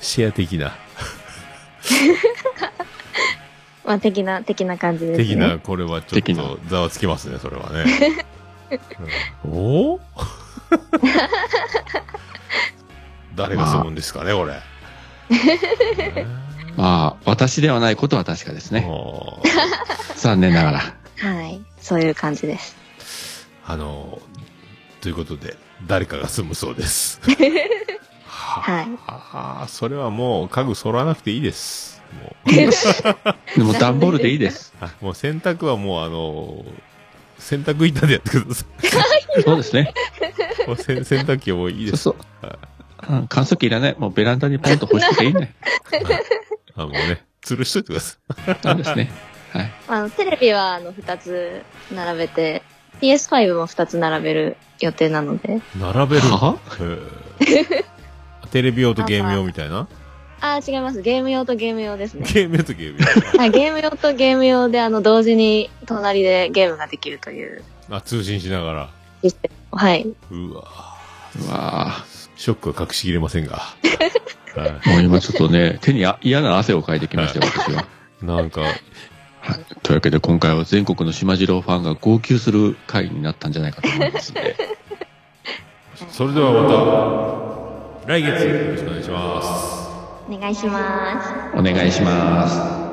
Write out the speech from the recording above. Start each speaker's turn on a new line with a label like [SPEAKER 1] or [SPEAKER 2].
[SPEAKER 1] シェア的な、
[SPEAKER 2] まあ、的な、的な感じですね。
[SPEAKER 1] 的な、これはちょっ
[SPEAKER 3] 的な
[SPEAKER 1] とざわつきますね、それはね。うんおー 誰が住むんですかね、これ。
[SPEAKER 3] まあ、私ではないことは確かですね。
[SPEAKER 1] もう
[SPEAKER 3] 残念ながら。
[SPEAKER 2] はい。そういう感じです。
[SPEAKER 1] あの、ということで、誰かが住むそうです。
[SPEAKER 2] はい
[SPEAKER 1] はあ、それはもう家具揃わなくていいです。もう、
[SPEAKER 3] でも、段ボールでいいです。
[SPEAKER 1] あもう洗濯はもうあの、洗濯板でやってくださ
[SPEAKER 3] そうですね。
[SPEAKER 1] い。もうせん洗濯機はもういいです。
[SPEAKER 3] そうそう。うん乾燥機いらない。もうベランダにポンと干してていいね。
[SPEAKER 1] あもうね、吊るしといてください。
[SPEAKER 3] そうですね。はい。
[SPEAKER 2] あの、テレビは、あの、二つ並べて、PS5 も二つ並べる予定なので。
[SPEAKER 1] 並べる。
[SPEAKER 3] は
[SPEAKER 1] へえ テレビ用とゲーム用みたいな
[SPEAKER 2] あー、違います。ゲーム用とゲーム用で すね。
[SPEAKER 1] ゲーム用とゲーム用。
[SPEAKER 2] はい、ゲーム用とゲーム用で、あの、同時に隣でゲームができるという
[SPEAKER 1] あ、通信しながら。
[SPEAKER 2] システムを。はい。
[SPEAKER 1] うわ
[SPEAKER 3] うわ
[SPEAKER 1] ショックは隠しきれませんが。は
[SPEAKER 3] ぁもう今ちょっとね、手にあ嫌な汗をかいてきましたよ、私は。
[SPEAKER 1] い、なんか、
[SPEAKER 3] はい、というわけで今回は全国の島次郎ファンが号泣する回になったんじゃないかと思いますので
[SPEAKER 1] それではまた、来月よろしくお願いします。
[SPEAKER 2] お願いします。
[SPEAKER 3] お願いします